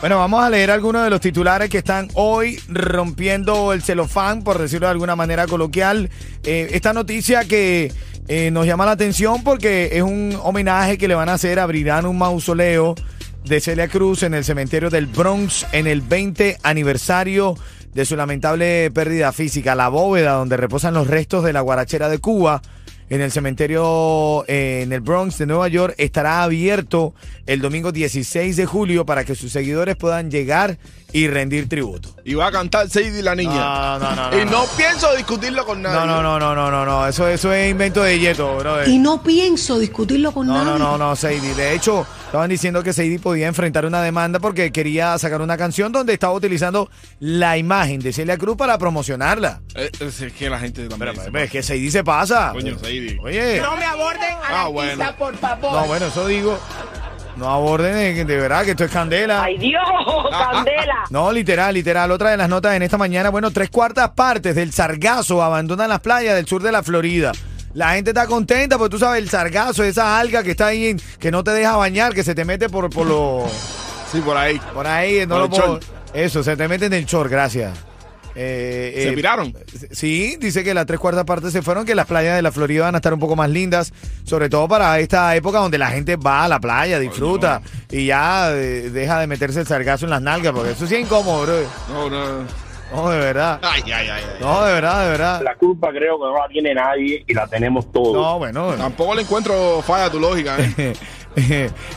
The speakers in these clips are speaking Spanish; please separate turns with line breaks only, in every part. Bueno, vamos a leer algunos de los titulares que están hoy rompiendo el celofán, por decirlo de alguna manera coloquial. Eh, esta noticia que eh, nos llama la atención porque es un homenaje que le van a hacer, abrirán un mausoleo de Celia Cruz en el cementerio del Bronx en el 20 aniversario de su lamentable pérdida física. La bóveda donde reposan los restos de la guarachera de Cuba en el cementerio eh, en el Bronx de Nueva York estará abierto el domingo 16 de julio para que sus seguidores puedan llegar y rendir tributo.
Y va a cantar Sadie la niña.
No, no, no, no,
y no, pienso discutirlo con nadie.
No, no, no, no, no, no, no. Eso, eso es invento de Yeto, brother.
Y no pienso discutirlo con
No,
nadie.
no, no, no, Sadie. De hecho, estaban diciendo que Sadie podía enfrentar una demanda porque quería sacar una canción donde estaba utilizando la imagen de Celia Cruz para promocionarla.
Eh, Es, que la gente también.
Pero,
dice,
pero es que Sadie se pasa.
Coño, Sadie.
Oye.
No me aborden a la
Ah, bueno.
pizza, por
No,
Pues.
favor.
bueno, eso digo. No aborden, eh, de verdad, que esto es candela. Ah,
¡Ay, Dios! ¡Candela!
No, literal, literal. Otra de las notas en esta mañana, bueno, tres cuartas partes del sargazo abandonan las playas del sur de la Florida. La gente está contenta porque tú sabes, el sargazo, esa alga que está ahí, en- que no te deja bañar, que se te mete por, por lo...
Sí, por ahí.
Por ahí, no
Por
lo
el
puedo-
short.
Eso, se te mete en el short, gracias. Eh,
¿Se
eh,
piraron?
Sí, dice que las tres cuartas partes se fueron, que las playas de la Florida van a estar un poco más lindas, sobre todo para esta época donde la gente va a la playa, disfruta y ya eh, deja de meterse el sargazo en las nalgas, porque eso sí es incómodo, bro.
No, no.
No, de verdad.
Ay, ay, ay. ay.
No, de verdad, de verdad.
La culpa creo que no la tiene nadie y la tenemos todos.
No, bueno.
Tampoco le encuentro falla a tu lógica, ¿eh?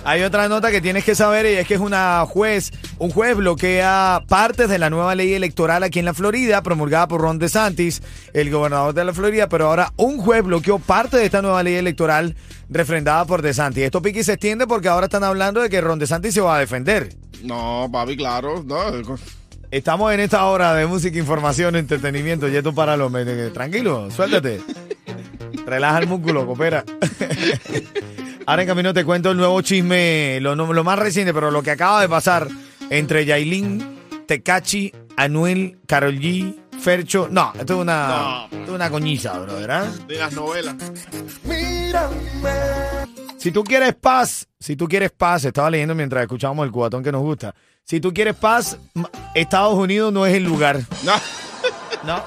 Hay otra nota que tienes que saber y es que es una juez, un juez bloquea partes de la nueva ley electoral aquí en la Florida, promulgada por Ron DeSantis, el gobernador de la Florida, pero ahora un juez bloqueó parte de esta nueva ley electoral refrendada por DeSantis. Esto pique y se extiende porque ahora están hablando de que Ron DeSantis se va a defender.
No, papi, claro. No,
Estamos en esta hora de música, información, entretenimiento, yeto para los medios. Tranquilo, suéltate. Relaja el músculo, coopera. Ahora en camino te cuento el nuevo chisme, lo, no- lo más reciente, pero lo que acaba de pasar entre Yailin, Tecachi, Anuel, Carol G, Fercho. No, esto es una,
No.
esto es una coñiza, ¿ah? bro, ¿verdad?
de las novelas.
Si tú quieres paz, si tú quieres paz, estaba leyendo mientras escuchábamos el cubatón que nos gusta. Si tú quieres paz, m- Estados Unidos no es el lugar.
No.
No.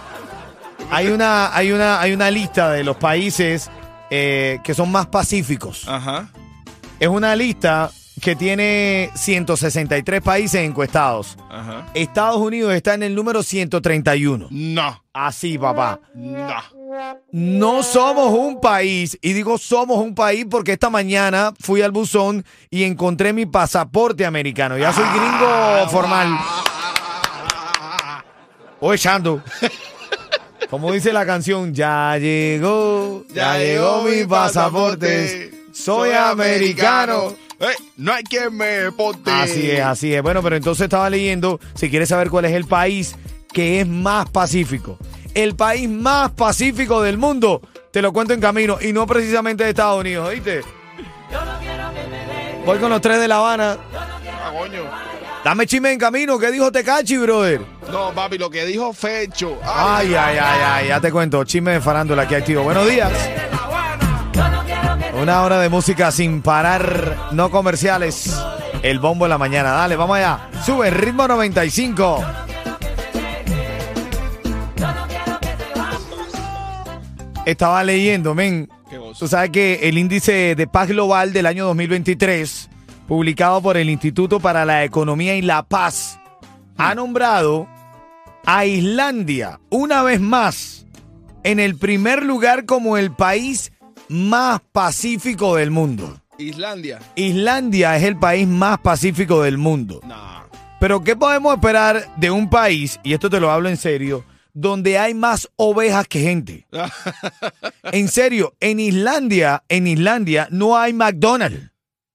Hay una, hay una, hay una lista de los países eh, que son más pacíficos.
Ajá.
Es una lista que tiene 163 países encuestados.
Ajá.
Estados Unidos está en el número 131.
No.
Así, papá.
No.
No somos un país, y digo somos un país porque esta mañana fui al buzón y encontré mi pasaporte americano. Ya soy gringo formal. Oye, Shando. Como dice la canción, ya llegó, ya llegó mi pasaporte. Soy americano.
Eh, no hay quien me porte.
Así es, así es. Bueno, pero entonces estaba leyendo, si quieres saber cuál es el país que es más pacífico. El país más pacífico del mundo, te lo cuento en camino, y no precisamente de Estados Unidos, ¿oíste? Voy con los tres de La Habana.
Ah, coño.
Dame chisme en camino, ¿qué dijo Tecachi, brother?
No, papi, lo que dijo Fecho.
Ay, ay, ay, ay, ya te cuento. Chisme de farándula aquí activo. Buenos días. Una hora de música sin parar, no comerciales. El bombo de la mañana. Dale, vamos allá. Sube ritmo 95. Estaba leyendo, men.
Qué gozo.
Tú sabes que el índice de paz global del año 2023, publicado por el Instituto para la Economía y la Paz, ha nombrado a Islandia una vez más en el primer lugar como el país más pacífico del mundo.
Islandia.
Islandia es el país más pacífico del mundo.
Nah.
Pero ¿qué podemos esperar de un país, y esto te lo hablo en serio, donde hay más ovejas que gente? en serio, en Islandia, en Islandia no hay McDonald's,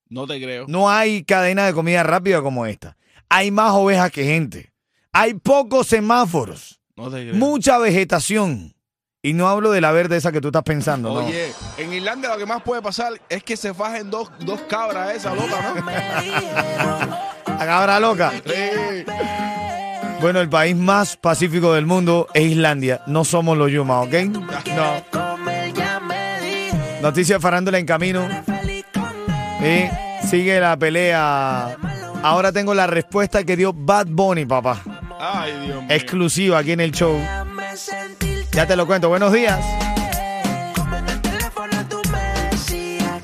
No te creo.
no hay cadena de comida rápida como esta. Hay más ovejas que gente. Hay pocos semáforos,
No te creo.
mucha vegetación. Y no hablo de la verde esa que tú estás pensando, ¿no?
Oye, en Irlanda lo que más puede pasar es que se fajen dos, dos cabras esas locas, ¿no?
La cabra loca.
Sí.
Bueno, el país más pacífico del mundo es Islandia. No somos los Yuma, ¿ok? No. Noticia de farándula en camino. Eh, sigue la pelea. Ahora tengo la respuesta que dio Bad Bunny, papá.
Ay, Dios mío.
Exclusiva aquí en el show. Ya te lo cuento. Buenos días.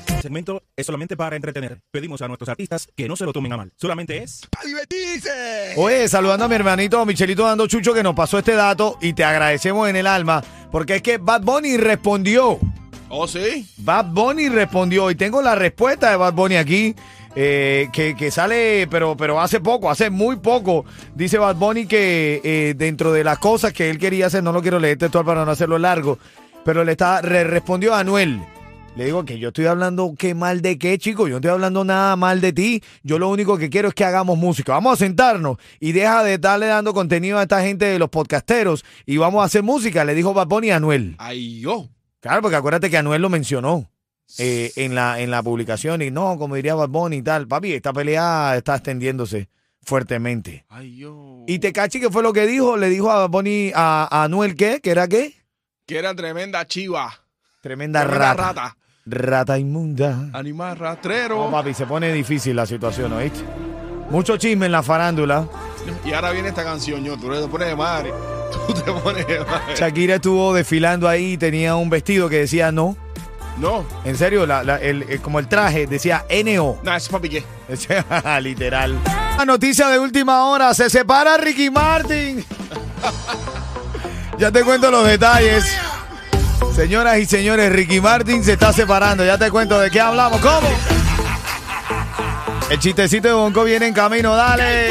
El segmento es solamente para entretener. Pedimos a nuestros artistas que no se lo tomen a mal. Solamente es...
¡Para divertirse!
Oye, saludando a mi hermanito Michelito Dando Chucho que nos pasó este dato y te agradecemos en el alma porque es que Bad Bunny respondió.
¿Oh, sí?
Bad Bunny respondió y tengo la respuesta de Bad Bunny aquí. eh, que, que sale, pero, pero hace poco, hace muy poco, dice Bad Bunny que eh, dentro de las cosas que él quería hacer, no lo quiero leer textual para no hacerlo largo, pero le está, le respondió a Anuel. Le digo que yo estoy hablando qué mal de qué, chico. Yo no estoy hablando nada mal de ti. Yo lo único que quiero es que hagamos música. Vamos a sentarnos y deja de estarle dando contenido a esta gente de los podcasteros y vamos a hacer música, le dijo Bad Bunny a Anuel.
Ay, yo.
Claro, porque acuérdate que Anuel lo mencionó eh, en, la, en la publicación y no, como diría Bad Bunny y tal. Papi, esta pelea está extendiéndose fuertemente.
Ay, yo.
Y Tecachi, ¿qué fue lo que dijo? Le dijo a Bad Bunny, a, a Anuel, ¿qué? ¿Que era qué?
Que era tremenda chiva.
Tremenda,
Tremenda
rata. rata.
rata. Ah.
inmunda.
Animal rastrero.
No, papi, se pone difícil la situación, ¿oíste? Mucho chisme en la farándula.
y ahora viene esta canción, yo. Tú te pones de madre. Tú te pones de madre.
Shakira estuvo desfilando ahí y tenía un vestido que decía no.
No.
En serio, la- la- el- el- como el traje decía NO.
No, eso es papi qué.
Literal. La noticia de última hora, se separa Ricky Martin. ya te cuento los detalles. Señoras y señores, Ricky Martin se está separando. Ya te cuento de qué hablamos. ¿Cómo? El chistecito de Bonco viene en camino. Dale.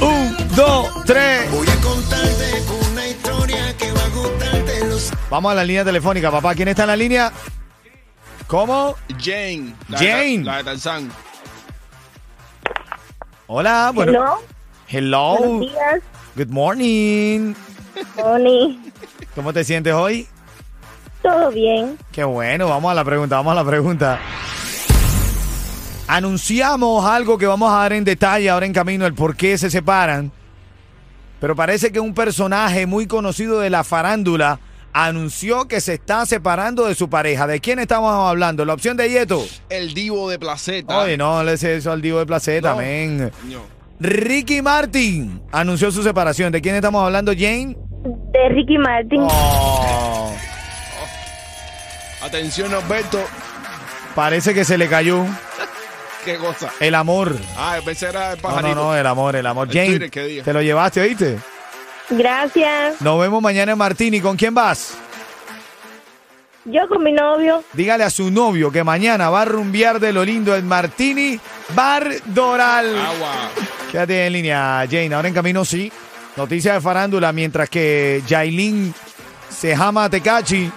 Un, dos, tres. Vamos a la línea telefónica, papá. ¿Quién está en la línea? ¿Cómo?
Jane. La
Jane.
De, la de Tarzán.
Hola, bueno. Oh.
Hello,
Hello.
buenos días,
Good morning.
Tony.
¿Cómo te sientes hoy?
¿Todo bien?
Qué bueno, vamos a la pregunta, vamos a la pregunta. Anunciamos algo que vamos a dar en detalle ahora en camino, el por qué se separan. Pero parece que un personaje muy conocido de la farándula anunció que se está separando de su pareja. ¿De quién estamos hablando? La opción de Yeto.
El divo de placeta.
Oye, no le sé eso al Divo de Placeta,
Ah. No.
men.
Ño.
Ricky Martin anunció su separación. ¿De quién estamos hablando, Jane?
De Ricky Martin.
Oh.
Atención, Alberto.
Parece que se le cayó
Qué cosa.
el amor.
Ah, pensé era el
No,
pajarito.
no, no, eh. el amor, el amor.
El
Jane,
Twitter que diga.
te lo llevaste, ¿oíste?
Gracias.
Nos vemos mañana en Martini. ¿Con quién vas?
Yo con mi novio.
Dígale a su novio que mañana va a rumbear de lo lindo en Martini Bar Doral.
Agua.
Quédate en línea, Jane. Ahora en camino sí. Noticias de farándula, mientras que Jailin se jama a Tecachi,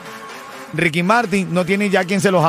Ricky Martin no tiene ya quien se los jama.